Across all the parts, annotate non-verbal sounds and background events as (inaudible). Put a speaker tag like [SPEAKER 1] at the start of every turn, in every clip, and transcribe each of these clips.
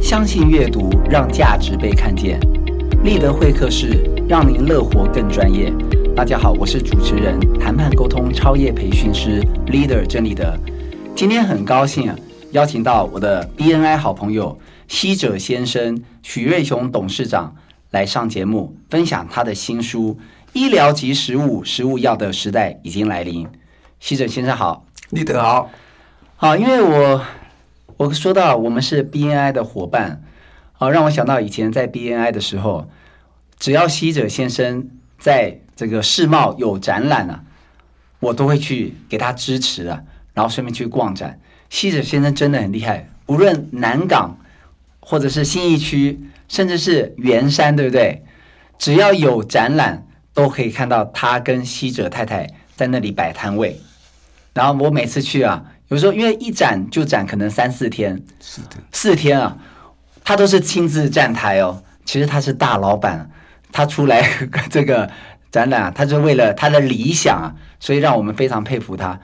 [SPEAKER 1] 相信阅读，让价值被看见。立德会客室，让您乐活更专业。大家好，我是主持人、谈判沟通超业培训师 Leader 郑立德。今天很高兴啊，邀请到我的 BNI 好朋友西者先生许瑞雄董事长来上节目，分享他的新书《医疗级食物食物药的时代已经来临》。西者先生好，
[SPEAKER 2] 立德好，
[SPEAKER 1] 好，因为我我说到我们是 BNI 的伙伴，啊，让我想到以前在 BNI 的时候，只要西者先生在这个世贸有展览啊，我都会去给他支持啊，然后顺便去逛展。西者先生真的很厉害，无论南港或者是信义区，甚至是圆山，对不对？只要有展览，都可以看到他跟西者太太在那里摆摊位。然后我每次去啊，有时候因为一展就展可能三四天，
[SPEAKER 2] 是的，
[SPEAKER 1] 四天啊，他都是亲自站台哦。其实他是大老板，他出来 (laughs) 这个展览啊，他是为了他的理想啊，所以让我们非常佩服他。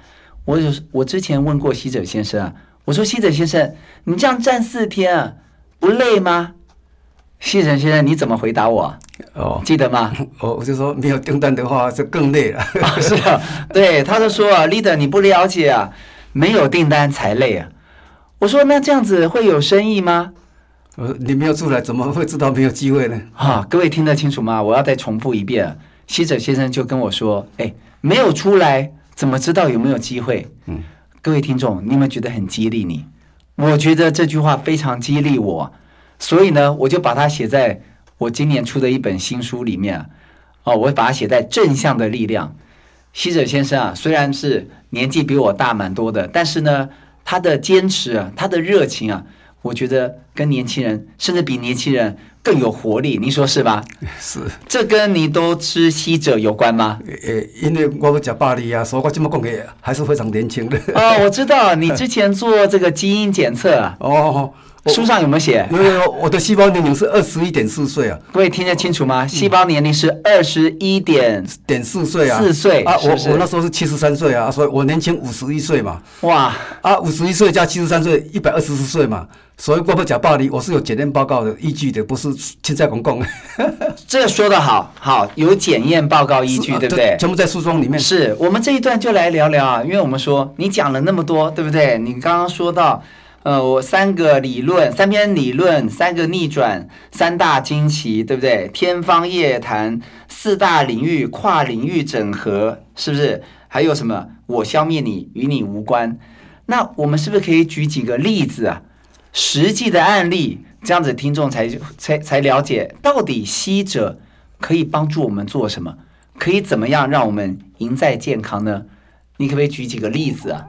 [SPEAKER 1] 我有我之前问过西者先生啊，我说西者先生，你这样站四天啊，不累吗？西者先生，你怎么回答我？啊
[SPEAKER 2] 哦， (laughs)
[SPEAKER 1] 记得吗？
[SPEAKER 2] 我我就说没有订单的话就更累了， (laughs)
[SPEAKER 1] (laughs) 啊，是啊，对，他就说啊，leader 你不了解啊，没有订单才累啊。我说那这样子会有生意吗？
[SPEAKER 2] 我说你没有出来怎么会知道没有机会呢？ (laughs)
[SPEAKER 1] 啊，各位听得清楚吗？我要再重复一遍。啊西者先生就跟我说：“哎，没有出来，怎么知道有没有机会？”嗯，各位听众，你们觉得很激励你？我觉得这句话非常激励我，所以呢，我就把它写在我今年出的一本新书里面。哦，我把它写在正向的力量。西者先生啊，虽然是年纪比我大蛮多的，但是呢，他的坚持啊，他的热情啊，我觉得跟年轻人，甚至比年轻人更有活力，你说是吧？
[SPEAKER 2] 是，
[SPEAKER 1] 这跟你都吃西者有关
[SPEAKER 2] (laughs)
[SPEAKER 1] 吗？
[SPEAKER 2] 诶、诶因为我要吃巴黎啊，所以我这么讲的还是非常年轻的。 (laughs)
[SPEAKER 1] 哦，我知道你之前做这个基因检测啊，
[SPEAKER 2] 哦，我
[SPEAKER 1] 书上有没有写？
[SPEAKER 2] 没有没有，我的细胞年龄是二十一点四岁啊，
[SPEAKER 1] 各位听得清楚吗？细胞年龄是二十一点，
[SPEAKER 2] 点四岁啊，
[SPEAKER 1] 四岁
[SPEAKER 2] 啊，
[SPEAKER 1] 是
[SPEAKER 2] 我
[SPEAKER 1] 不是
[SPEAKER 2] 我那时候是七十三岁啊，所以我年轻五十一岁嘛，
[SPEAKER 1] 哇，
[SPEAKER 2] 啊，五十一岁加七十三岁，一百二十四岁嘛，所以我要吃巴黎，我是有检验报告的依据的，不是现在公共。
[SPEAKER 1] 这说的好，好有检验报告
[SPEAKER 2] (laughs)
[SPEAKER 1] 依
[SPEAKER 2] 呃
[SPEAKER 1] 据，对不对？
[SPEAKER 2] 啊全部在书中里面。
[SPEAKER 1] 是我们这一段就来聊聊啊，因为我们说你讲了那么多，对不对？你刚刚说到，呃，我三个理论，三篇理论，三个逆转，三大惊奇，对不对？天方夜谭，四大领域跨领域整合，是不是？还有什么？我消灭你，与你无关。那我们是不是可以举几个例子啊？实际的案例，这样子听众才才才了解到底吸者可以帮助我们做什么，可以怎么样让我们赢在健康呢？你可不可以举几个例子啊？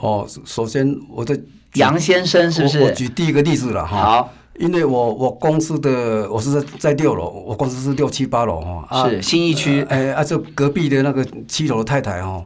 [SPEAKER 2] 哦，首首先我的
[SPEAKER 1] 杨先生是不
[SPEAKER 2] 我我
[SPEAKER 1] 是？
[SPEAKER 2] 举第一个例子了哈。
[SPEAKER 1] 好，
[SPEAKER 2] 因为我我公司的我是在在六楼，我公司是六七八楼哈。啊
[SPEAKER 1] 是新一区
[SPEAKER 2] 哎、啊，这隔壁的那个七楼的太太哦，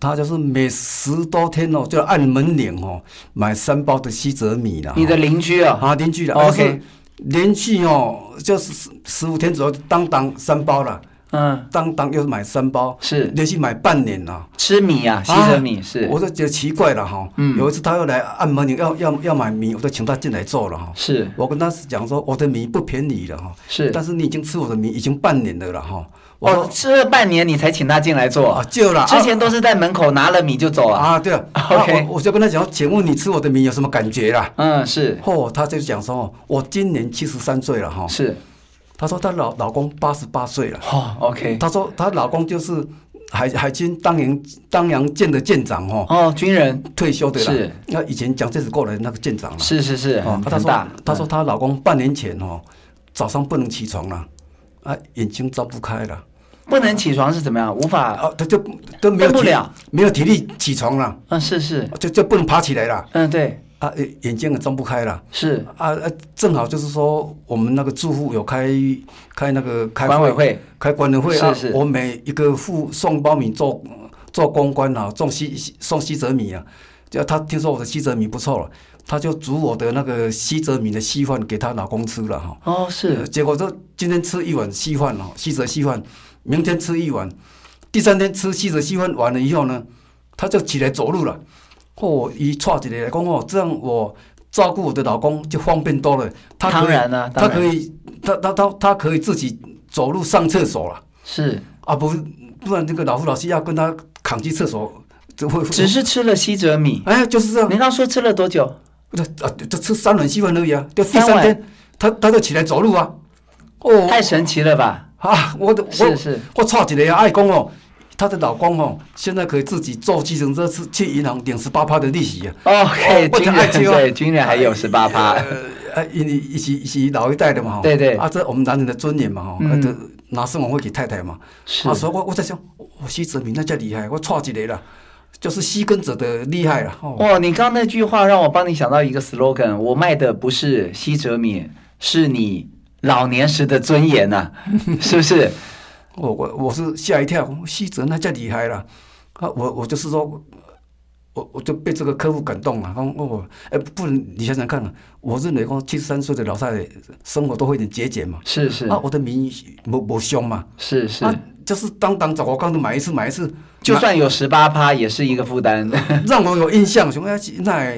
[SPEAKER 2] 她就是每十多天哦，就按门铃哦买三包的西泽米啦。
[SPEAKER 1] 你的邻居啊、
[SPEAKER 2] 啊，邻居了
[SPEAKER 1] OK
[SPEAKER 2] 连续哦，就是十十五天左右，当当三包了，
[SPEAKER 1] 嗯，
[SPEAKER 2] 当当又是买三包，
[SPEAKER 1] 是
[SPEAKER 2] 连续买半年了。
[SPEAKER 1] 吃米啊，吸着米是、
[SPEAKER 2] 我就觉得奇怪了哈。
[SPEAKER 1] 嗯
[SPEAKER 2] 有一次他又来按门铃，要要要买米，我就请他进来做了哈。
[SPEAKER 1] 是
[SPEAKER 2] 我跟他讲说，我的米不便宜了哈，
[SPEAKER 1] 是。
[SPEAKER 2] 但是你已经吃我的米已经半年了了哈。我
[SPEAKER 1] 哦
[SPEAKER 2] 说，
[SPEAKER 1] 吃了半年你才请他进来
[SPEAKER 2] 啊
[SPEAKER 1] 做，，
[SPEAKER 2] 就了。
[SPEAKER 1] 之前都是在门口拿了米就走
[SPEAKER 2] 啊
[SPEAKER 1] 了。
[SPEAKER 2] 啊，对了。
[SPEAKER 1] OK
[SPEAKER 2] 啊我我就跟他讲，请问你吃我的米有什么感觉啦？
[SPEAKER 1] 嗯，是
[SPEAKER 2] 哦，他就讲说，我今年七十三岁了哈。
[SPEAKER 1] 是，
[SPEAKER 2] 他说她老老公八十八岁了。
[SPEAKER 1] 哦，OK，
[SPEAKER 2] 他说她老公就是海海军当营当阳舰的舰长哦，
[SPEAKER 1] 哦，军人
[SPEAKER 2] 退休的啦。
[SPEAKER 1] 是
[SPEAKER 2] 那以前蒋介石过来的那个舰长啦。
[SPEAKER 1] 是是是，
[SPEAKER 2] 哦
[SPEAKER 1] 很，
[SPEAKER 2] 她
[SPEAKER 1] 很
[SPEAKER 2] 说
[SPEAKER 1] 大。嗯
[SPEAKER 2] 她说她老公半年前哦，早上不能起床了，啊，眼睛睁不开了，
[SPEAKER 1] 不能起床是怎么样？无法，
[SPEAKER 2] 啊，她就都没有
[SPEAKER 1] 动不
[SPEAKER 2] 体
[SPEAKER 1] 了
[SPEAKER 2] 没有体力起床了，
[SPEAKER 1] 嗯，是是，
[SPEAKER 2] 就就不能爬起来了，
[SPEAKER 1] 嗯，对，
[SPEAKER 2] 啊，呃眼睛也睁不开了。
[SPEAKER 1] 是
[SPEAKER 2] 啊，呃正好就是说，我们那个住户有开开那个开
[SPEAKER 1] 管委会，
[SPEAKER 2] 开管委会啊，
[SPEAKER 1] 是是
[SPEAKER 2] 我每一个户送苞米做做公关啊，送西西送西泽米啊，就他听说我的西泽米不错了，他就煮我的那个西泽米的稀饭给她老公吃了哈、
[SPEAKER 1] 哦，
[SPEAKER 2] 呃
[SPEAKER 1] 是
[SPEAKER 2] 结果说今天吃一碗稀饭哦，西泽稀饭，明天吃一碗，第三天吃西泽稀饭完了以后呢，他就起来走路了。哦，一串起来讲哦，这样我照顾我的老公就方便多了。他
[SPEAKER 1] 当
[SPEAKER 2] 可以，
[SPEAKER 1] 然了、
[SPEAKER 2] 他
[SPEAKER 1] 当然
[SPEAKER 2] 可以，他他他他可以自己走路上厕所了
[SPEAKER 1] 是，
[SPEAKER 2] 啊！不不然那个老夫老妻要跟他扛去厕所，就会
[SPEAKER 1] 只是吃了西泽米。
[SPEAKER 2] 哎就是这样。
[SPEAKER 1] 您刚说吃了多久？
[SPEAKER 2] 这啊，这吃三碗稀饭而已啊，就第
[SPEAKER 1] 三
[SPEAKER 2] 三
[SPEAKER 1] 碗
[SPEAKER 2] 天他他就起来走路啊。哦
[SPEAKER 1] 太神奇了吧！
[SPEAKER 2] 啊，我的我
[SPEAKER 1] 是是，
[SPEAKER 2] 我差一个啊，爱公哦，她的老公哦，现在可以自己坐计程车去去银行领十八趴的利息啊。
[SPEAKER 1] 哦 OK，
[SPEAKER 2] 我
[SPEAKER 1] 军
[SPEAKER 2] 我
[SPEAKER 1] 人
[SPEAKER 2] 就
[SPEAKER 1] 对军 (laughs) 人还有十八趴，
[SPEAKER 2] 呃，因为一起一起老一代的嘛，吼
[SPEAKER 1] 对对
[SPEAKER 2] 啊，这我们男人的尊严嘛，哈，
[SPEAKER 1] 嗯
[SPEAKER 2] 啊这拿生活费给太太嘛，
[SPEAKER 1] 是
[SPEAKER 2] 啊，所以我我在想，我西泽明那叫厉害，我错一个了，就是吸根者的厉害了，哦，
[SPEAKER 1] 哇！你刚刚那句话让我帮你想到一个 slogan，我卖的不是西哲米，是你老年时的尊严呐、是不是？
[SPEAKER 2] 我我我是吓一跳，西泽那叫厉害了，啊，我我就是说。我我就被这个客户感动了，然后我哎，不然你想想看啊，我认为讲七十三岁的老太太生活都会有点节俭嘛，
[SPEAKER 1] 是是
[SPEAKER 2] 啊，我的名没没凶嘛，
[SPEAKER 1] 是是，
[SPEAKER 2] 啊，就是当当找我刚都买一次买一次，
[SPEAKER 1] 就算有十八趴也是一个负担。 (laughs)
[SPEAKER 2] 让我有印象，熊哎，那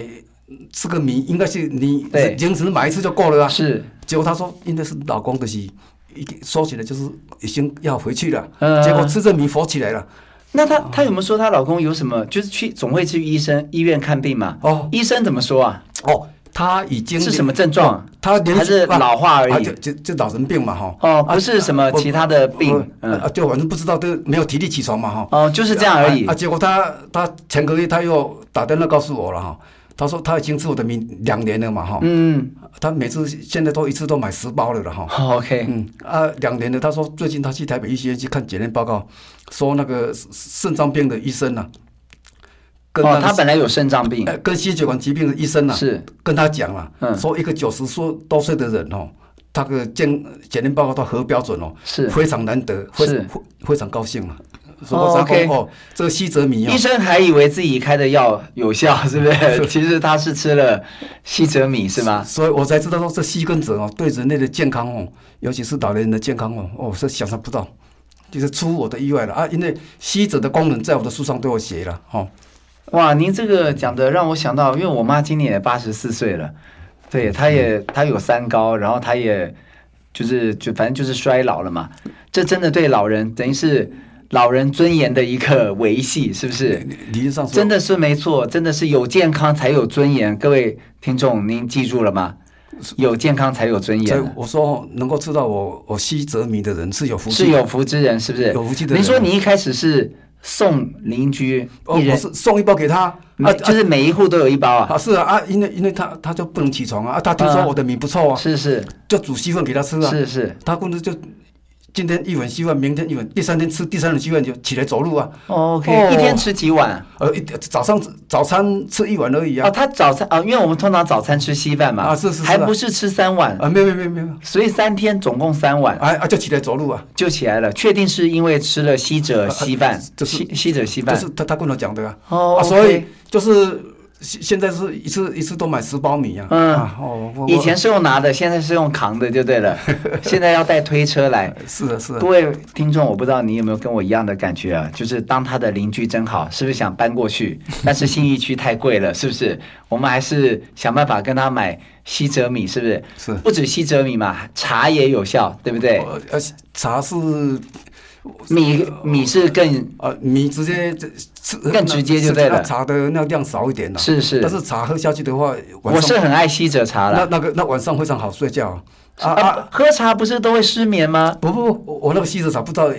[SPEAKER 2] 这个米应该是你
[SPEAKER 1] 对
[SPEAKER 2] 零食买一次就够了啊。
[SPEAKER 1] 是，
[SPEAKER 2] 结果他说应该是老公的是一个说起来就是已经要回去了，
[SPEAKER 1] 嗯
[SPEAKER 2] 结果吃这米佛起来了。
[SPEAKER 1] 那她她有没有说她老公有什么？就是去总会去医生医院看病嘛？
[SPEAKER 2] 哦
[SPEAKER 1] 医生怎么说啊？
[SPEAKER 2] 哦，他已经
[SPEAKER 1] 是什么症状？
[SPEAKER 2] 他连
[SPEAKER 1] 还是老化而
[SPEAKER 2] 啊
[SPEAKER 1] 已
[SPEAKER 2] 就就就老人病嘛哈。
[SPEAKER 1] 哦，不是什么
[SPEAKER 2] 我
[SPEAKER 1] 其他的
[SPEAKER 2] 我
[SPEAKER 1] 病，嗯，
[SPEAKER 2] 啊，就反正不知道，都没有体力起床嘛哈。
[SPEAKER 1] 哦，就是这样而已
[SPEAKER 2] 啊啊。结果他他前个月他又打电话告诉我了哈，他说他已经吃我的米两年了嘛哈，
[SPEAKER 1] 嗯
[SPEAKER 2] 他每次现在都一次都买十包了了哈。
[SPEAKER 1] 好，OK，哦
[SPEAKER 2] 嗯啊，两年了。他说最近他去台北医学院去看检验报告，说那个肾肾脏病的医生呐、跟那
[SPEAKER 1] 哦，
[SPEAKER 2] 个、
[SPEAKER 1] 她本来有肾脏病，
[SPEAKER 2] 呃跟心血管疾病的医生啊呐、
[SPEAKER 1] 是
[SPEAKER 2] 跟他讲了、
[SPEAKER 1] 嗯
[SPEAKER 2] 说一个九十多多岁的人哦，他的检检验报告都合标准哦，
[SPEAKER 1] 是。
[SPEAKER 2] 非常难得，非
[SPEAKER 1] 是
[SPEAKER 2] 非非常高兴了、啊。所以
[SPEAKER 1] 哦
[SPEAKER 2] 我才说
[SPEAKER 1] OK
[SPEAKER 2] 哦，这个西泽米哦
[SPEAKER 1] 医，生还以为自己开的药有效，是不 (laughs) 是？其实他是吃了西泽米，是吗？
[SPEAKER 2] 啊所以我才知道说这西根者哦，对人类的健康哦，尤其是老年人的健康哦，哦是想象不到，就是出我的意外了啊！因为西者的功能在我的书上都有写了哦。
[SPEAKER 1] 哇，您这个讲的让我想到，因为我妈今年也八十四岁了，对，她也
[SPEAKER 2] 嗯
[SPEAKER 1] 她有三高，然后她也就是就反正就是衰老了嘛。这真的对老人等于是老人尊严的一个维系，是不是？
[SPEAKER 2] 理理论上说
[SPEAKER 1] 真的是没错，真的是有健康才有尊严。各位听众，您记住了吗？有健康才有尊
[SPEAKER 2] 所以
[SPEAKER 1] 严，
[SPEAKER 2] 我说哦能够吃到我我西泽米的人是有福
[SPEAKER 1] 是
[SPEAKER 2] 气的，
[SPEAKER 1] 有福之人，是不是？
[SPEAKER 2] 有福气的人。啊
[SPEAKER 1] 您说你一开始是送邻居
[SPEAKER 2] 哦，
[SPEAKER 1] 一
[SPEAKER 2] 我
[SPEAKER 1] 人，
[SPEAKER 2] 是送一包给他啊
[SPEAKER 1] 每就是每一户都有一包啊？
[SPEAKER 2] 啊是啊啊，因为因为他他就不能起床啊，啊他听说
[SPEAKER 1] 嗯
[SPEAKER 2] 我的米不错啊，
[SPEAKER 1] 是是
[SPEAKER 2] 就煮稀饭给他吃啊，
[SPEAKER 1] 是是，
[SPEAKER 2] 他公司就今天一碗稀饭，明天一碗，第三天吃第三碗稀饭就起来走路啊。哦
[SPEAKER 1] OK，一天吃几碗？
[SPEAKER 2] 呃，一早上早餐吃一碗而已
[SPEAKER 1] 哦，
[SPEAKER 2] 啊。
[SPEAKER 1] 他早餐啊，因为我们通常早餐吃稀饭嘛，
[SPEAKER 2] 啊是是是啊
[SPEAKER 1] 还不是吃三碗，
[SPEAKER 2] 啊，没有没有没有没有，
[SPEAKER 1] 所以三天总共三碗
[SPEAKER 2] 哎啊，就起来走路啊，
[SPEAKER 1] 就起来了。确定是因为吃了稀者稀
[SPEAKER 2] 啊
[SPEAKER 1] 饭
[SPEAKER 2] 啊，这是
[SPEAKER 1] 稀稀者稀
[SPEAKER 2] 这
[SPEAKER 1] 饭
[SPEAKER 2] 是他他跟我讲的啊。
[SPEAKER 1] 哦
[SPEAKER 2] 啊，
[SPEAKER 1] OK
[SPEAKER 2] 所以就是现现在是一次一次都买十包米啊。
[SPEAKER 1] 嗯
[SPEAKER 2] 啊，哦，我我
[SPEAKER 1] 以前是用拿的，现在是用扛的，就对
[SPEAKER 2] (laughs)
[SPEAKER 1] 了。现在要带推车来，
[SPEAKER 2] 是的是的
[SPEAKER 1] 各，位听众，我不知道你有没有跟我一样的感觉啊，就是当他的邻居真好，是不是想搬过去？但是信义区太贵了，是不是？我们还是想办法跟他买西泽米，是不是？
[SPEAKER 2] 是
[SPEAKER 1] 不止西泽米嘛，茶也有效，对不对？
[SPEAKER 2] 呃啊呃，茶是
[SPEAKER 1] 米米是更
[SPEAKER 2] 呃米直接这吃
[SPEAKER 1] 更直接就对了
[SPEAKER 2] 那茶的那量少一点了。啊
[SPEAKER 1] 是是
[SPEAKER 2] 但，是茶喝下去的话，晚
[SPEAKER 1] 我
[SPEAKER 2] 上
[SPEAKER 1] 是很爱西泽茶
[SPEAKER 2] 那
[SPEAKER 1] 啦。
[SPEAKER 2] 那个那晚上非常好睡觉啊啊啊。
[SPEAKER 1] 啊，喝茶不是都会失眠吗？
[SPEAKER 2] 不不不，我我那个西子茶不知道呃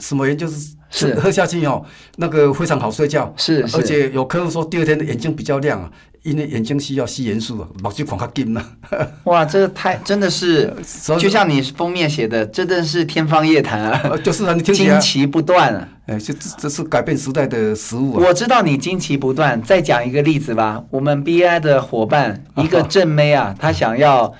[SPEAKER 2] 什么原因，就是
[SPEAKER 1] 是
[SPEAKER 2] 喝下去哦，那个非常好睡觉，
[SPEAKER 1] 是是
[SPEAKER 2] 而且有客户说第二天的眼睛比较亮啊，因为眼睛需要硒元素啊，目睭看较金啊， (laughs)
[SPEAKER 1] 哇，这个太真的是，
[SPEAKER 2] 所以
[SPEAKER 1] 就像你封面写的，这真是天方夜谭啊，
[SPEAKER 2] 呃就是让你听起
[SPEAKER 1] 惊
[SPEAKER 2] 来，
[SPEAKER 1] 奇不断啊。
[SPEAKER 2] 哎，这这这是改变时代的食物啊，
[SPEAKER 1] 我知道你惊奇不断，再讲一个例子吧。我们 BI 的伙伴，一个正妹啊，她想要，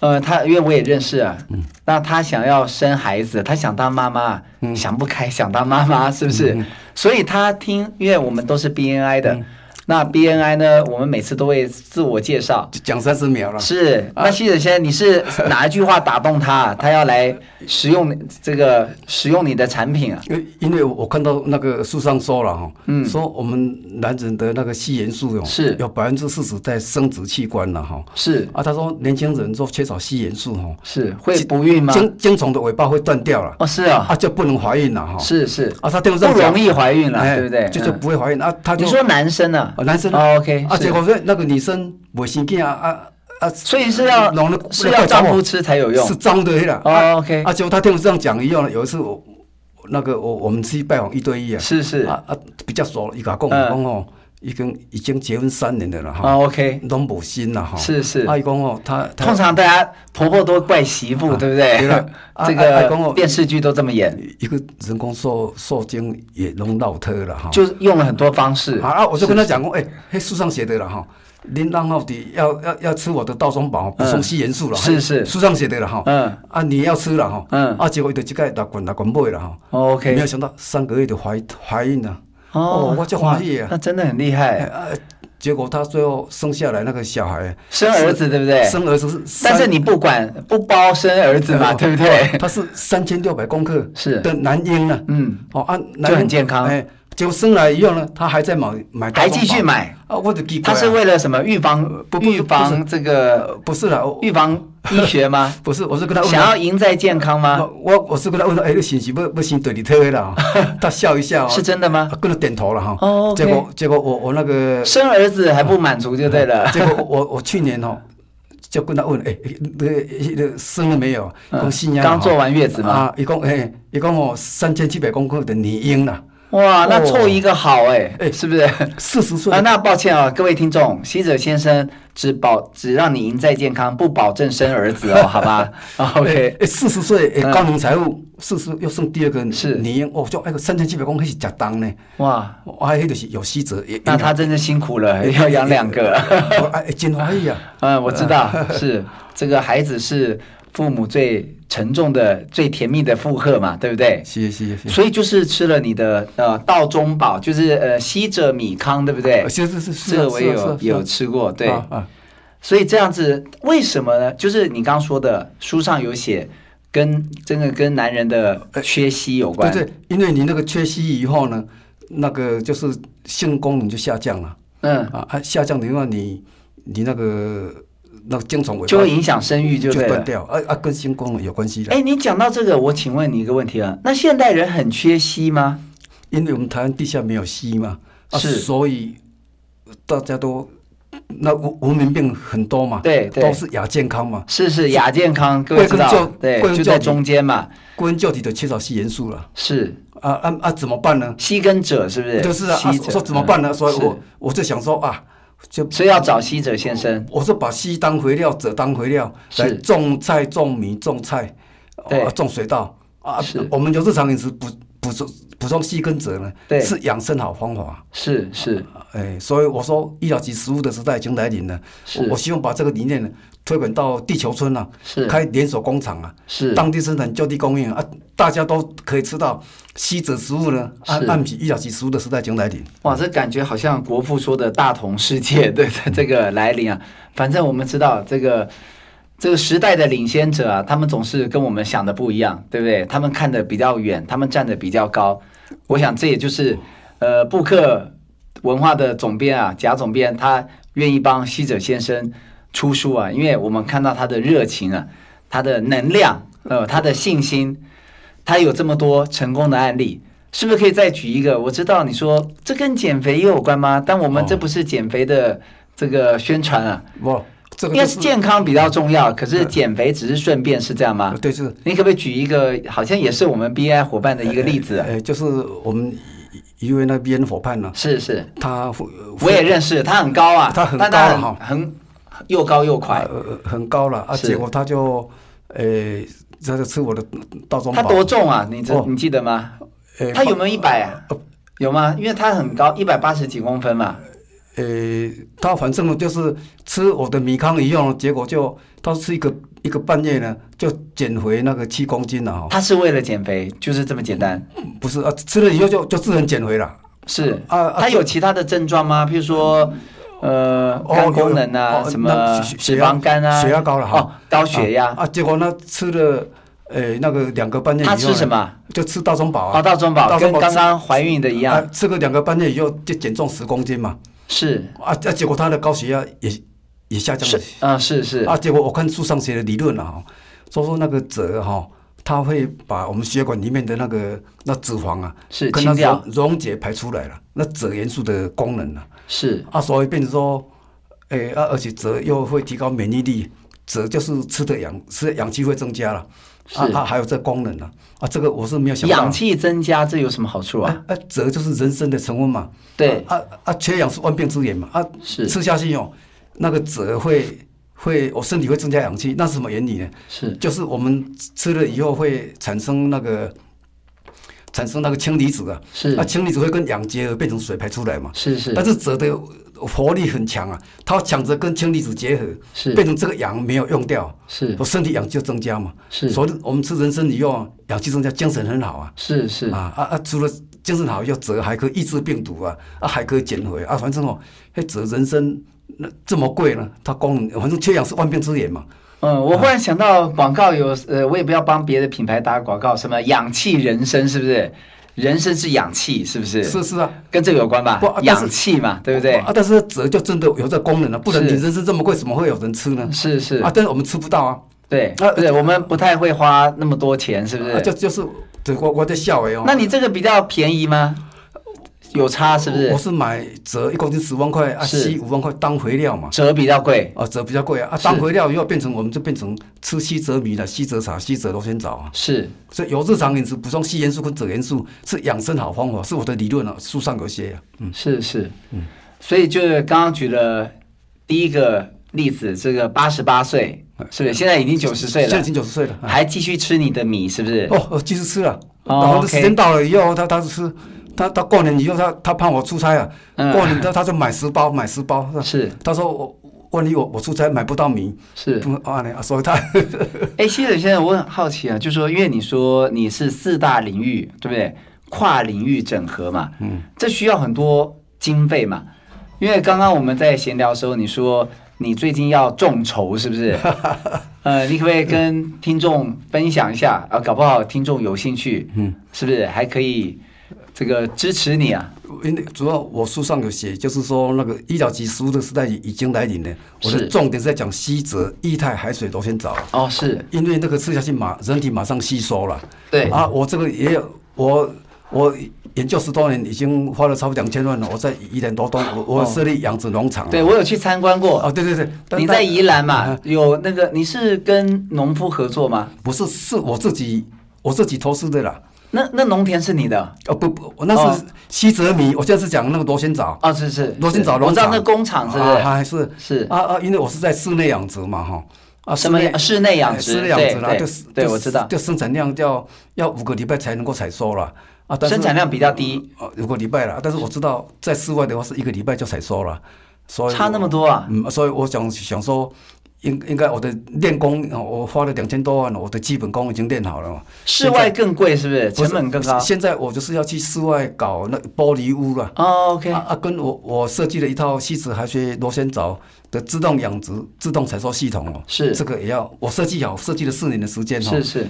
[SPEAKER 1] 呃，她因为我也认识啊，那她想要生孩子，她想当妈妈，想不开，想当妈妈，是不是？所以她听，因为我们都是 BNI 的，那 BNI 呢，我们每次都会自我介绍，
[SPEAKER 2] 就讲三十秒了。
[SPEAKER 1] 是，那西子先生，你是哪一句话打动他，他要来使用这个使用你的产品啊？
[SPEAKER 2] 因为因为我看到那个书上说了哈，
[SPEAKER 1] 嗯
[SPEAKER 2] 说我们男人的那个硒元素哦，
[SPEAKER 1] 是
[SPEAKER 2] 有百分之四十在生殖器官了哈。
[SPEAKER 1] 是
[SPEAKER 2] 啊，他说年轻人说缺少硒元素哦，
[SPEAKER 1] 是，会不孕吗？
[SPEAKER 2] 精精虫的尾巴会断掉了，
[SPEAKER 1] 哦，是哦，
[SPEAKER 2] 啊就不能怀孕了哈。
[SPEAKER 1] 是是，
[SPEAKER 2] 啊，他听
[SPEAKER 1] 不
[SPEAKER 2] 到这样
[SPEAKER 1] 容
[SPEAKER 2] 讲，
[SPEAKER 1] 易怀孕了，
[SPEAKER 2] 哎
[SPEAKER 1] 对不对？
[SPEAKER 2] 就是
[SPEAKER 1] 嗯
[SPEAKER 2] 不会怀孕啊，他就
[SPEAKER 1] 你说男生啊
[SPEAKER 2] 啊男生
[SPEAKER 1] 哦，OK，
[SPEAKER 2] 啊，
[SPEAKER 1] 是
[SPEAKER 2] 结果说那个女生没心计啊啊啊，
[SPEAKER 1] 所以是要
[SPEAKER 2] 弄了
[SPEAKER 1] 是要丈夫吃才有用
[SPEAKER 2] 是脏的啦。
[SPEAKER 1] 哦
[SPEAKER 2] 啊
[SPEAKER 1] OK
[SPEAKER 2] 啊，结果他听我这样讲以后呢，有一次我我那个我我们去拜访一对一啊，
[SPEAKER 1] 是是
[SPEAKER 2] 啊啊比较熟，伊甲讲
[SPEAKER 1] 嗯
[SPEAKER 2] 讲哦，已经已经结婚三年的了哈，
[SPEAKER 1] 哦，OK，
[SPEAKER 2] 拢无心啦哈。
[SPEAKER 1] 是是
[SPEAKER 2] 啊伊讲哦，他他
[SPEAKER 1] 通常大家婆婆都怪媳妇，
[SPEAKER 2] 啊
[SPEAKER 1] 对不对 (laughs)
[SPEAKER 2] 对了？啊
[SPEAKER 1] 这
[SPEAKER 2] 啊啊讲
[SPEAKER 1] 个
[SPEAKER 2] 我
[SPEAKER 1] 电视剧都这么演，
[SPEAKER 2] 一个人工受受精也拢闹脱了哈。
[SPEAKER 1] 就是用了很多方式。
[SPEAKER 2] 啊，啊我就跟他讲过，哎，嘿，书上写的了哈。您让到底要要要吃我的稻松宝，补充硒元素了。
[SPEAKER 1] 嗯是是
[SPEAKER 2] 书上写的了哈。
[SPEAKER 1] 嗯
[SPEAKER 2] 啊，你要吃了哈。
[SPEAKER 1] 嗯
[SPEAKER 2] 啊，结果伊就即个六滚六滚买了哈。
[SPEAKER 1] 哦
[SPEAKER 2] 没
[SPEAKER 1] ，OK，
[SPEAKER 2] 有想到三个月就怀怀孕了。哦我就
[SPEAKER 1] 哇
[SPEAKER 2] 怀疑啊
[SPEAKER 1] 那真的很厉
[SPEAKER 2] 哎
[SPEAKER 1] 害，
[SPEAKER 2] 啊，结果他最后生下来那个小孩，
[SPEAKER 1] 生儿子对不对？
[SPEAKER 2] 生儿子是三，
[SPEAKER 1] 但是你不管不包生儿子嘛，
[SPEAKER 2] 哦
[SPEAKER 1] 对不对？
[SPEAKER 2] 他是三千六百公克
[SPEAKER 1] 是
[SPEAKER 2] 的男婴呢。
[SPEAKER 1] 嗯，
[SPEAKER 2] 哦啊，男
[SPEAKER 1] 就
[SPEAKER 2] 婴
[SPEAKER 1] 很健康
[SPEAKER 2] 哎，结果生来以后呢，他还在买买大
[SPEAKER 1] 还
[SPEAKER 2] 众
[SPEAKER 1] 继续
[SPEAKER 2] 宝
[SPEAKER 1] 买，
[SPEAKER 2] 啊，我的奇怪
[SPEAKER 1] 他
[SPEAKER 2] 啊，
[SPEAKER 1] 是为了什么预防
[SPEAKER 2] 呃不不
[SPEAKER 1] 预
[SPEAKER 2] 不
[SPEAKER 1] 防
[SPEAKER 2] 是
[SPEAKER 1] 这个
[SPEAKER 2] 呃不是啦，我
[SPEAKER 1] 预
[SPEAKER 2] (laughs)
[SPEAKER 1] 防医学吗？
[SPEAKER 2] 不是，我哦是跟他问
[SPEAKER 1] 想
[SPEAKER 2] 他
[SPEAKER 1] 要啊赢在健康吗？
[SPEAKER 2] 我我我是跟他问他，哎，你信息不不信对你特别啦，
[SPEAKER 1] (laughs)
[SPEAKER 2] 他笑一笑哦，
[SPEAKER 1] 是真的吗
[SPEAKER 2] 啊？跟他点头了哈。
[SPEAKER 1] 哦，OK
[SPEAKER 2] 结果呃结果我我
[SPEAKER 1] (laughs)
[SPEAKER 2] 那个
[SPEAKER 1] 生儿子还不满足就对了。
[SPEAKER 2] 结果我我去年哦，就跟他问，哎、欸，那个那个生了没有？
[SPEAKER 1] 嗯
[SPEAKER 2] 讲新娘
[SPEAKER 1] 刚做完月子嘛
[SPEAKER 2] 啊，一共哎，一共哦三千七百公克的女婴啦，
[SPEAKER 1] 哇，
[SPEAKER 2] 哦
[SPEAKER 1] 那凑一个好哎、
[SPEAKER 2] 哎
[SPEAKER 1] 是不是？
[SPEAKER 2] 四十岁
[SPEAKER 1] 啊，那抱歉啊、各位听众，西者先生只保只让你赢在健康，不保证生儿子哦，好
[SPEAKER 2] (laughs)
[SPEAKER 1] 吧啊？OK，
[SPEAKER 2] 哎，四十岁哎
[SPEAKER 1] 嗯
[SPEAKER 2] 高龄产妇，四十又生第二个
[SPEAKER 1] 是
[SPEAKER 2] 女婴，哦，就那个三千七百公克是假当呢，
[SPEAKER 1] 哇，
[SPEAKER 2] 哇，迄就是有西泽，也
[SPEAKER 1] 那他真的辛苦了，要养两个。
[SPEAKER 2] 哎，真怀疑啊，
[SPEAKER 1] 嗯，我知道，是这个孩子是父母最沉重的、最甜蜜的负荷嘛，对不对？
[SPEAKER 2] 是是是，
[SPEAKER 1] 所以就是吃了你的呃道中宝，就是呃西者米糠，对不对
[SPEAKER 2] 呃？是是是是
[SPEAKER 1] 这
[SPEAKER 2] 啊，
[SPEAKER 1] 个我
[SPEAKER 2] 是
[SPEAKER 1] 也
[SPEAKER 2] 啊
[SPEAKER 1] 有有，吃过，
[SPEAKER 2] 是啊是
[SPEAKER 1] 对。
[SPEAKER 2] 啊啊啊
[SPEAKER 1] 所以这样子为什么呢？就是你刚刚说的，书上有写跟真的跟男人的缺硒有关，
[SPEAKER 2] 呃对对，因为你那个缺硒以后呢，那个就是性功能就下降了。
[SPEAKER 1] 嗯，
[SPEAKER 2] 啊啊，下降的话你你那个那个精虫尾巴
[SPEAKER 1] 就会影响生育就
[SPEAKER 2] 就
[SPEAKER 1] 对
[SPEAKER 2] 断
[SPEAKER 1] 了。
[SPEAKER 2] 掉，啊啊，跟性功能有关系的。
[SPEAKER 1] 哎，你讲到这个，我请问你一个问题啊，那现代人很缺硒吗？
[SPEAKER 2] 因为我们台湾地下没有硒嘛，啊，
[SPEAKER 1] 是
[SPEAKER 2] 所以大家都那无无名病很多嘛，
[SPEAKER 1] 对对
[SPEAKER 2] 都是亚健康嘛，
[SPEAKER 1] 是是亚健康，各位知
[SPEAKER 2] 贵
[SPEAKER 1] 道
[SPEAKER 2] 跟，旧
[SPEAKER 1] 对
[SPEAKER 2] 贵，跟
[SPEAKER 1] 就
[SPEAKER 2] 旧
[SPEAKER 1] 在中间嘛，
[SPEAKER 2] 归根究底的缺少硒元素了。
[SPEAKER 1] 是
[SPEAKER 2] 啊啊啊，怎么办呢？
[SPEAKER 1] 吸根者是不是？
[SPEAKER 2] 就是啊，啊
[SPEAKER 1] 吸者
[SPEAKER 2] 我说怎么办呢？
[SPEAKER 1] 嗯
[SPEAKER 2] 所以
[SPEAKER 1] 是
[SPEAKER 2] 我我就想说啊，就
[SPEAKER 1] 所以要找吸者先生，
[SPEAKER 2] 我说把硒当肥料，者当肥料，
[SPEAKER 1] 是
[SPEAKER 2] 来种菜、种米、种菜，
[SPEAKER 1] 对
[SPEAKER 2] 啊，种水稻啊
[SPEAKER 1] 是。
[SPEAKER 2] 我们有日常饮食补补充补充硒跟锗呢
[SPEAKER 1] 对，
[SPEAKER 2] 是养生好方法。
[SPEAKER 1] 是是
[SPEAKER 2] 哎，所以我说医疗级食物的时代已经来临了。
[SPEAKER 1] 是
[SPEAKER 2] 我我希望把这个理念呢推广到地球村啊，
[SPEAKER 1] 是
[SPEAKER 2] 开连锁工厂啊，
[SPEAKER 1] 是
[SPEAKER 2] 当地生产就地供应啊，大家都可以吃到硒锗食物呢。啊按
[SPEAKER 1] 是
[SPEAKER 2] 按比医疗级食物的时代已经来临。
[SPEAKER 1] 哇，这感觉好像国父说的大同世界 (laughs) 对这这个来临啊。反正我们知道这个这个时代的领先者啊，他们总是跟我们想的不一样，对不对？他们看的比较远，他们站的比较高。我想这也就是呃布克文化的总编啊，贾总编他愿意帮西者先生出书啊，因为我们看到他的热情啊，他的能量，呃，他的信心，他有这么多成功的案例，是不是可以再举一个？我知道你说这跟减肥也有关吗？但我们
[SPEAKER 2] 哦
[SPEAKER 1] 这不是减肥的这个宣传啊，
[SPEAKER 2] 哇，这个
[SPEAKER 1] 因为
[SPEAKER 2] 就是
[SPEAKER 1] 健康比较重要，可是减肥只是顺便，是这样吗？
[SPEAKER 2] 对是。
[SPEAKER 1] 你可不可以举一个，好像也是我们 BI 伙伴的一个例子啊？
[SPEAKER 2] 呃，就是我们一一位那边伙伴呢，
[SPEAKER 1] 是是，
[SPEAKER 2] 他父
[SPEAKER 1] 我也认识，他很高啊，
[SPEAKER 2] 哎他很
[SPEAKER 1] 但
[SPEAKER 2] 高
[SPEAKER 1] 很
[SPEAKER 2] 哈
[SPEAKER 1] 很又高又快。
[SPEAKER 2] 呃很高了啊，
[SPEAKER 1] 是
[SPEAKER 2] 结果他就呃他就吃我的稻中
[SPEAKER 1] 他
[SPEAKER 2] 宝，
[SPEAKER 1] 多重啊？你知
[SPEAKER 2] 哦
[SPEAKER 1] 你记得吗？
[SPEAKER 2] 呃
[SPEAKER 1] 他有没有一百啊？有吗？因为他很高，一百八十几公分嘛。
[SPEAKER 2] 呃他反正就是吃我的米糠一样，结果就他吃一个一个半月呢，就减回那个七公斤了哈、哦
[SPEAKER 1] 他是为了减肥，就是这么简单。
[SPEAKER 2] 不是啊，吃了以后就就自然减回了。
[SPEAKER 1] 是
[SPEAKER 2] 啊啊
[SPEAKER 1] 他
[SPEAKER 2] 这
[SPEAKER 1] 有其他的症状吗？譬如说，呃，
[SPEAKER 2] 哦
[SPEAKER 1] 肝功能
[SPEAKER 2] 有
[SPEAKER 1] 啊，
[SPEAKER 2] 有哦
[SPEAKER 1] 什
[SPEAKER 2] 那
[SPEAKER 1] 么
[SPEAKER 2] 血
[SPEAKER 1] 脂肪肝啊，
[SPEAKER 2] 血压高了哈
[SPEAKER 1] 哦，高血压。
[SPEAKER 2] 啊，结果呢吃了呃那个两个半月以后
[SPEAKER 1] 他
[SPEAKER 2] 呢，
[SPEAKER 1] 吃什么？
[SPEAKER 2] 就吃大中宝
[SPEAKER 1] 哦，
[SPEAKER 2] 啊，
[SPEAKER 1] 大中宝
[SPEAKER 2] 大
[SPEAKER 1] 跟
[SPEAKER 2] 中宝
[SPEAKER 1] 刚
[SPEAKER 2] 吃
[SPEAKER 1] 刚怀孕的一
[SPEAKER 2] 啊
[SPEAKER 1] 样，
[SPEAKER 2] 吃个两个半月以后就减重十公斤嘛，
[SPEAKER 1] 是
[SPEAKER 2] 啊啊，结果他的高血压也也下降
[SPEAKER 1] 是
[SPEAKER 2] 了，
[SPEAKER 1] 啊，是是
[SPEAKER 2] 啊，结果我看书上写的理论啊，说说那个褶哈、它会把我们血管里面的那个那脂肪啊，
[SPEAKER 1] 是
[SPEAKER 2] 跟它
[SPEAKER 1] 清掉
[SPEAKER 2] 溶溶解排出来了，那锗元素的功能啊，
[SPEAKER 1] 是
[SPEAKER 2] 啊，所以变成说，诶、啊，而且锗又会提高免疫力，锗就是吃的氧，吃的氧气会增加了，啊
[SPEAKER 1] 是
[SPEAKER 2] 啊，还有这功能呢、啊，啊，这个我是没有想到。
[SPEAKER 1] 氧气增加，这有什么好处啊？
[SPEAKER 2] 啊啊，锗就是人参的成分嘛，
[SPEAKER 1] 对，
[SPEAKER 2] 啊啊，缺氧是万病之源嘛，啊，
[SPEAKER 1] 是
[SPEAKER 2] 吃下去哦，那个锗会会，我身体会增加氧气，那是什么原理呢？
[SPEAKER 1] 是
[SPEAKER 2] 就是我们吃了以后会产生那个产生那个氢离子啊，
[SPEAKER 1] 是
[SPEAKER 2] 那氢离子会跟氧结合变成水排出来嘛。
[SPEAKER 1] 是是
[SPEAKER 2] 但是锗的活力很强啊，它抢着跟氢离子结合，
[SPEAKER 1] 是
[SPEAKER 2] 变成这个氧没有用掉，
[SPEAKER 1] 是
[SPEAKER 2] 我身体氧气就增加嘛。
[SPEAKER 1] 是
[SPEAKER 2] 所以我们吃人参以后啊，氧气增加，精神很好啊。
[SPEAKER 1] 是是
[SPEAKER 2] 啊啊啊！除了精神好以后，锗还可以抑制病毒啊，啊还可以减肥啊，反正哦，那锗人参那这么贵呢，它功能反正缺氧是万病之源嘛。
[SPEAKER 1] 嗯，我忽然想到广告有，呃，我也不要帮别的品牌打广告，什么氧气人参是不是？人参是氧气是不是？
[SPEAKER 2] 是是啊，
[SPEAKER 1] 跟这个有关吧
[SPEAKER 2] 不啊？但是
[SPEAKER 1] 氧气嘛，对不对？
[SPEAKER 2] 啊，但是折就真的有这功能了、啊不然你
[SPEAKER 1] 是
[SPEAKER 2] 人参这么贵，怎么会有人吃呢？
[SPEAKER 1] 是是
[SPEAKER 2] 啊，，但是我们吃不到啊，
[SPEAKER 1] 对，
[SPEAKER 2] 啊
[SPEAKER 1] 不是我们不太会花那么多钱，是不？
[SPEAKER 2] 啊、就是就是对我我在笑哎哦。
[SPEAKER 1] 那你这个比较便宜吗？有差是不
[SPEAKER 2] 我我
[SPEAKER 1] 是？
[SPEAKER 2] 是买折一公斤十万块啊，
[SPEAKER 1] 是
[SPEAKER 2] 吸五万块当肥料嘛。
[SPEAKER 1] 折比较贵，
[SPEAKER 2] 啊，折比较贵啊，啊，
[SPEAKER 1] 是
[SPEAKER 2] 当肥料以后变成我们就变成吃西折米了，西折茶、西折螺旋藻啊，
[SPEAKER 1] 是
[SPEAKER 2] 所以有日常饮食补充硒元素跟锗元素是养生好方法，是我的理论啊，书上有写啊。
[SPEAKER 1] 是是，
[SPEAKER 2] 嗯
[SPEAKER 1] 所以就是刚刚举了第一个例子，这个八十八岁，
[SPEAKER 2] 呃
[SPEAKER 1] 是不是？现在已经九十岁
[SPEAKER 2] 现在
[SPEAKER 1] 了
[SPEAKER 2] 已，经九十岁了。啊
[SPEAKER 1] 还继续吃你的米，是不是？
[SPEAKER 2] 哦，哦继续吃啊，
[SPEAKER 1] 哦
[SPEAKER 2] 然后
[SPEAKER 1] OK
[SPEAKER 2] 时间到了以后，他他吃，他他过年以后，他他怕我出差啊，
[SPEAKER 1] 嗯
[SPEAKER 2] 过年他他就买十包买十包，
[SPEAKER 1] 是
[SPEAKER 2] 他说我万一我我出差买不到米，
[SPEAKER 1] 是。
[SPEAKER 2] 嗯啊呢，所以他
[SPEAKER 1] 哎，西子先生，我很好奇啊，就说因为你说你是四大领域，对不对？跨领域整合嘛，嗯，这需要很多经费嘛。因为刚刚我们在闲聊的时候，你说你最近要众筹，是不 (laughs) 是？呃，你可不可以跟听众分享一下啊？搞不好听众有兴趣，嗯，是不是还可以这个支持你啊？
[SPEAKER 2] (laughs) 因为主要我书上有写，就是说那个医疗级食物的时代已经来临了，我
[SPEAKER 1] 是
[SPEAKER 2] 的重点是在讲西泽液态海水螺旋藻，
[SPEAKER 1] 哦，是
[SPEAKER 2] 因为那个吃下去马人体马上吸收了。
[SPEAKER 1] 对，
[SPEAKER 2] 啊，我这个也有我我研究十多年，已经花了超过两千万了。我在一点多东，我我
[SPEAKER 1] 哦
[SPEAKER 2] 设立养殖农场。啊
[SPEAKER 1] 对我有去参观过。
[SPEAKER 2] 啊，对对对，但
[SPEAKER 1] 你在
[SPEAKER 2] 但
[SPEAKER 1] 宜兰嘛
[SPEAKER 2] 啊？
[SPEAKER 1] 有那个你是跟农夫合作吗？
[SPEAKER 2] 不是是我自己我自己投资的啦。
[SPEAKER 1] 那那农田是你的？
[SPEAKER 2] 哦不不，我那
[SPEAKER 1] 哦
[SPEAKER 2] 是西泽米，我现在是讲那个螺旋藻，
[SPEAKER 1] 哦，是是，
[SPEAKER 2] 螺旋藻
[SPEAKER 1] 是我
[SPEAKER 2] 农
[SPEAKER 1] 知道
[SPEAKER 2] 场。
[SPEAKER 1] 那工厂是不
[SPEAKER 2] 啊
[SPEAKER 1] 是？
[SPEAKER 2] 还是
[SPEAKER 1] 是
[SPEAKER 2] 啊啊，因为我是在室内养殖嘛哈。啊，
[SPEAKER 1] 什么
[SPEAKER 2] 室内
[SPEAKER 1] 室内养殖
[SPEAKER 2] 哎室内养殖啦，
[SPEAKER 1] 对
[SPEAKER 2] 就是
[SPEAKER 1] 对
[SPEAKER 2] 就是
[SPEAKER 1] 我知道
[SPEAKER 2] 就生产量要要五个礼拜才能够采收了啊，但是
[SPEAKER 1] 生产量比较低，
[SPEAKER 2] 呃，五个礼拜了，但是我知道在室外的话是一个礼拜就采收了，所以
[SPEAKER 1] 差那么
[SPEAKER 2] 多、
[SPEAKER 1] 多啊？
[SPEAKER 2] 哎嗯，所以我想想说，应应该我的练功，哦我花了两千多万了，我的基本功已经练好了嘛。
[SPEAKER 1] 室外更贵是不是？
[SPEAKER 2] 不
[SPEAKER 1] 成
[SPEAKER 2] 是
[SPEAKER 1] 本更高。
[SPEAKER 2] 现在我就是要去室外搞那玻璃屋了。
[SPEAKER 1] 哦，OK，
[SPEAKER 2] 啊啊，跟我我设计了一套西子海水螺旋藻的自动养殖、自动采收系统哦，
[SPEAKER 1] 是
[SPEAKER 2] 这个也要我设计好，设计了四年的时间哦，
[SPEAKER 1] 是是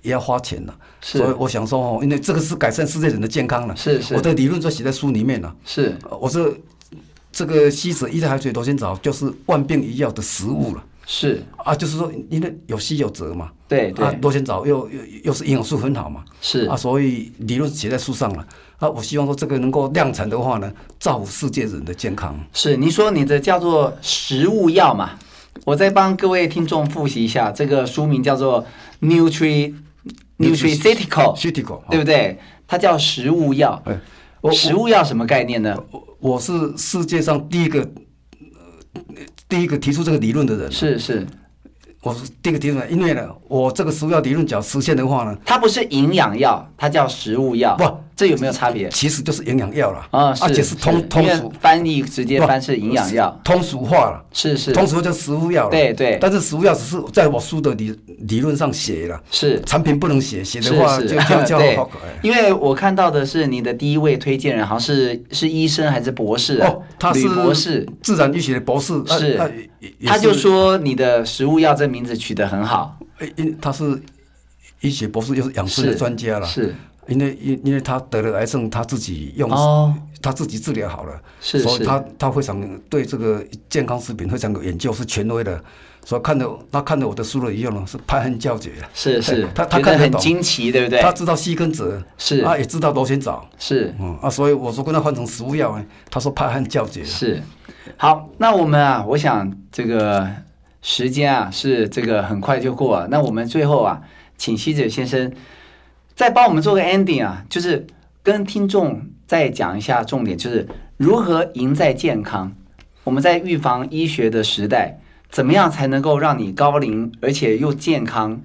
[SPEAKER 2] 也要花钱了。
[SPEAKER 1] 是
[SPEAKER 2] 所以我想说哦，因为这个是改善世界人的健康了，
[SPEAKER 1] 是是
[SPEAKER 2] 我的理论就写在书里面了。
[SPEAKER 1] 是，
[SPEAKER 2] 呃我这这个西子一代海水螺旋藻就是万病一药的食物了
[SPEAKER 1] 是，
[SPEAKER 2] 啊，就是说因为有稀有折嘛，
[SPEAKER 1] 对
[SPEAKER 2] 啊
[SPEAKER 1] 对，
[SPEAKER 2] 螺旋藻又又又是营养素很好嘛，
[SPEAKER 1] 是
[SPEAKER 2] 啊，所以理论写在书上了啊，我希望说这个能够量产的话呢，造福世界人的健康。
[SPEAKER 1] 是。你说你的叫做食物药嘛？我再帮各位听众复习一下，这个书名叫做 Nutri Nutraceutical，
[SPEAKER 2] c i t i c
[SPEAKER 1] 哦对不对？它叫食物药。
[SPEAKER 2] 哦哎，我
[SPEAKER 1] 食物药什么概念呢？
[SPEAKER 2] 我我是世界上第一个。呃第一个提出这个理论的人，
[SPEAKER 1] 是是，
[SPEAKER 2] 我是第一个提出来，因为呢，我这个食药理论讲实现的话呢，
[SPEAKER 1] 它不是营养药，它叫食物药。
[SPEAKER 2] 不，
[SPEAKER 1] 这有没有差别？
[SPEAKER 2] 其实就是营养药了
[SPEAKER 1] 啊，
[SPEAKER 2] 而且
[SPEAKER 1] 是
[SPEAKER 2] 是通通
[SPEAKER 1] 因为
[SPEAKER 2] 俗
[SPEAKER 1] 翻译直接
[SPEAKER 2] 不
[SPEAKER 1] 翻是营养药，
[SPEAKER 2] 通俗化了。
[SPEAKER 1] 是是
[SPEAKER 2] 通俗化就是食物药了，
[SPEAKER 1] 对对
[SPEAKER 2] 但是食物药只是在我书的理理论上写了，
[SPEAKER 1] 是
[SPEAKER 2] 产品不能写，写
[SPEAKER 1] 是
[SPEAKER 2] 的话
[SPEAKER 1] 是
[SPEAKER 2] 就叫
[SPEAKER 1] (laughs)
[SPEAKER 2] 叫
[SPEAKER 1] 对
[SPEAKER 2] 好可哎爱。
[SPEAKER 1] 因为我看到的是你的第一位推荐人，好像是是医生还是博士啊？
[SPEAKER 2] 哦，他是
[SPEAKER 1] 吕博士，
[SPEAKER 2] 自然医学的博士，啊
[SPEAKER 1] 是
[SPEAKER 2] 啊也也也
[SPEAKER 1] 他就是说你的食物药这名字取得很好，
[SPEAKER 2] 诶因他是医学博士，又是养生的
[SPEAKER 1] 是
[SPEAKER 2] 专家了。
[SPEAKER 1] 是
[SPEAKER 2] 因为因因为他得了癌症，他自己用、
[SPEAKER 1] 哦，
[SPEAKER 2] 他自己治疗好了，
[SPEAKER 1] 是
[SPEAKER 2] 所以
[SPEAKER 1] 是
[SPEAKER 2] 他他非常对这个健康食品非常有研究，是权威的。所以看着他看着我的书了以后呢，是拍案叫绝。
[SPEAKER 1] 是是
[SPEAKER 2] 对，他他
[SPEAKER 1] 觉得
[SPEAKER 2] 看得
[SPEAKER 1] 很
[SPEAKER 2] 懂
[SPEAKER 1] 惊奇，对不对？
[SPEAKER 2] 他知道细跟折，
[SPEAKER 1] 是
[SPEAKER 2] 啊，也知道螺旋藻，
[SPEAKER 1] 是
[SPEAKER 2] 嗯啊，所以我说跟他换成食物药，哎他说拍案叫绝。啊
[SPEAKER 1] 是，好，那我们啊，我想这个时间啊是这个很快就过了，那我们最后啊，请西者先生再帮我们做个 ending 啊，就是跟听众再讲一下重点，就是如何赢在健康。我们在预防医学的时代，怎么样才能够让你高龄而且又健康，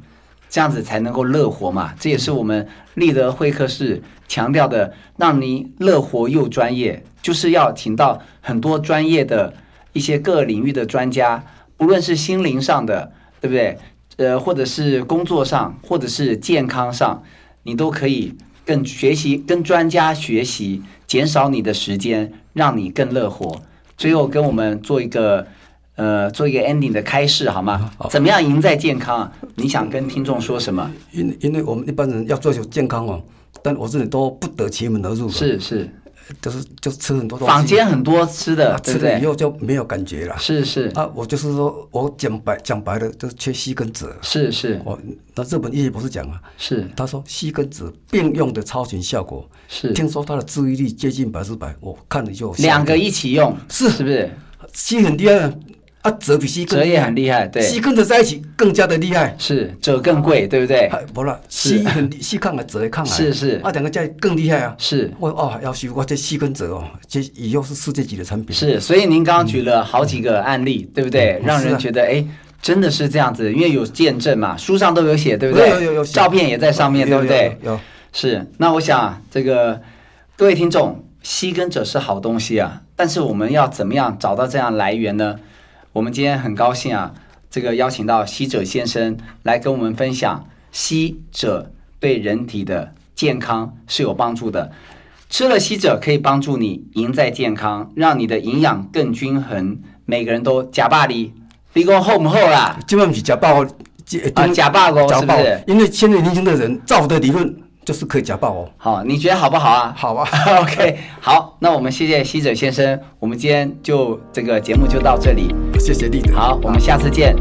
[SPEAKER 1] 这样子才能够乐活嘛？这也是我们立德会客室强调的，让你乐活又专业，就是要请到很多专业的一些各领域的专家，不论是心灵上的，对不对？呃，或者是工作上，或者是健康上，你都可以更学习，跟专家学习，减少你的时间，让你更乐活。最后跟我们做一个呃做一个 ending 的开示好
[SPEAKER 2] 嗯
[SPEAKER 1] 吗？怎么样赢在健康啊？你想跟听众说什么？
[SPEAKER 2] 因因为我们一般人要追求健康哦，但我这里都不得其门而入了，
[SPEAKER 1] 是是，
[SPEAKER 2] 就是就吃很多东西，
[SPEAKER 1] 坊间很多吃的，
[SPEAKER 2] 啊
[SPEAKER 1] 对
[SPEAKER 2] 吃
[SPEAKER 1] 不
[SPEAKER 2] 了以
[SPEAKER 1] 对？
[SPEAKER 2] 后就没有感觉了。
[SPEAKER 1] 是是
[SPEAKER 2] 啊，我就是说，我讲白讲白了，就是缺硒跟锗。
[SPEAKER 1] 是是
[SPEAKER 2] 我那日本医学博士讲啊，
[SPEAKER 1] 是
[SPEAKER 2] 他说硒跟锗并用的超群效果，
[SPEAKER 1] 是，
[SPEAKER 2] 听说他的治愈率接近百分之百，我看了就有
[SPEAKER 1] 两
[SPEAKER 2] 吓
[SPEAKER 1] 个一起用，
[SPEAKER 2] 是
[SPEAKER 1] 是不是？
[SPEAKER 2] 到硒很厉害啊，啊锗比硒更
[SPEAKER 1] 折
[SPEAKER 2] 厉
[SPEAKER 1] 也
[SPEAKER 2] 害
[SPEAKER 1] 很，厉害，对，
[SPEAKER 2] 硒跟着在一起更加的厉害。
[SPEAKER 1] 是折更贵，对不对？
[SPEAKER 2] 哎，不啦，
[SPEAKER 1] 是
[SPEAKER 2] 硒很硒抗癌，锗也抗癌，
[SPEAKER 1] 是是
[SPEAKER 2] 啊两个加起来更厉害啊。
[SPEAKER 1] 是
[SPEAKER 2] 我哦，要修我这硒跟锗哦，这以后是世界级的产品。
[SPEAKER 1] 是，所以您刚刚举了好几个案例，对不对？
[SPEAKER 2] 嗯
[SPEAKER 1] 让
[SPEAKER 2] 是
[SPEAKER 1] 人
[SPEAKER 2] 啊
[SPEAKER 1] 觉得哎。真的是这样子，因为有见证嘛，书上都有写，对不
[SPEAKER 2] 有
[SPEAKER 1] 对？
[SPEAKER 2] 有有有
[SPEAKER 1] 照片也在上面，
[SPEAKER 2] 有
[SPEAKER 1] 对不对？？
[SPEAKER 2] 有有有
[SPEAKER 1] 是，那我想啊这个各位听众，吸根者是好东西啊，但是我们要怎么样找到这样来源呢？我们今天很高兴啊，这个邀请到吸者先生来跟我们分享吸者对人体的健康是有帮助的。吃了吸者可以帮助你赢在健康，让你的营养更均衡。每个人都假巴黎，你讲厚不厚啦？
[SPEAKER 2] 基本上是假爆哦，假
[SPEAKER 1] 啊，假霸哦，
[SPEAKER 2] 假
[SPEAKER 1] 是不
[SPEAKER 2] 爆
[SPEAKER 1] 是？，
[SPEAKER 2] 因为现在年轻的人，照我的理论就是可以假爆哦。
[SPEAKER 1] 好，你觉得好不好啊？
[SPEAKER 2] 好啊，
[SPEAKER 1] (laughs) OK，好，那我们谢谢西者先生，我们今天就这个节目就到这里，
[SPEAKER 2] 谢谢立德。
[SPEAKER 1] 好，我们下次见。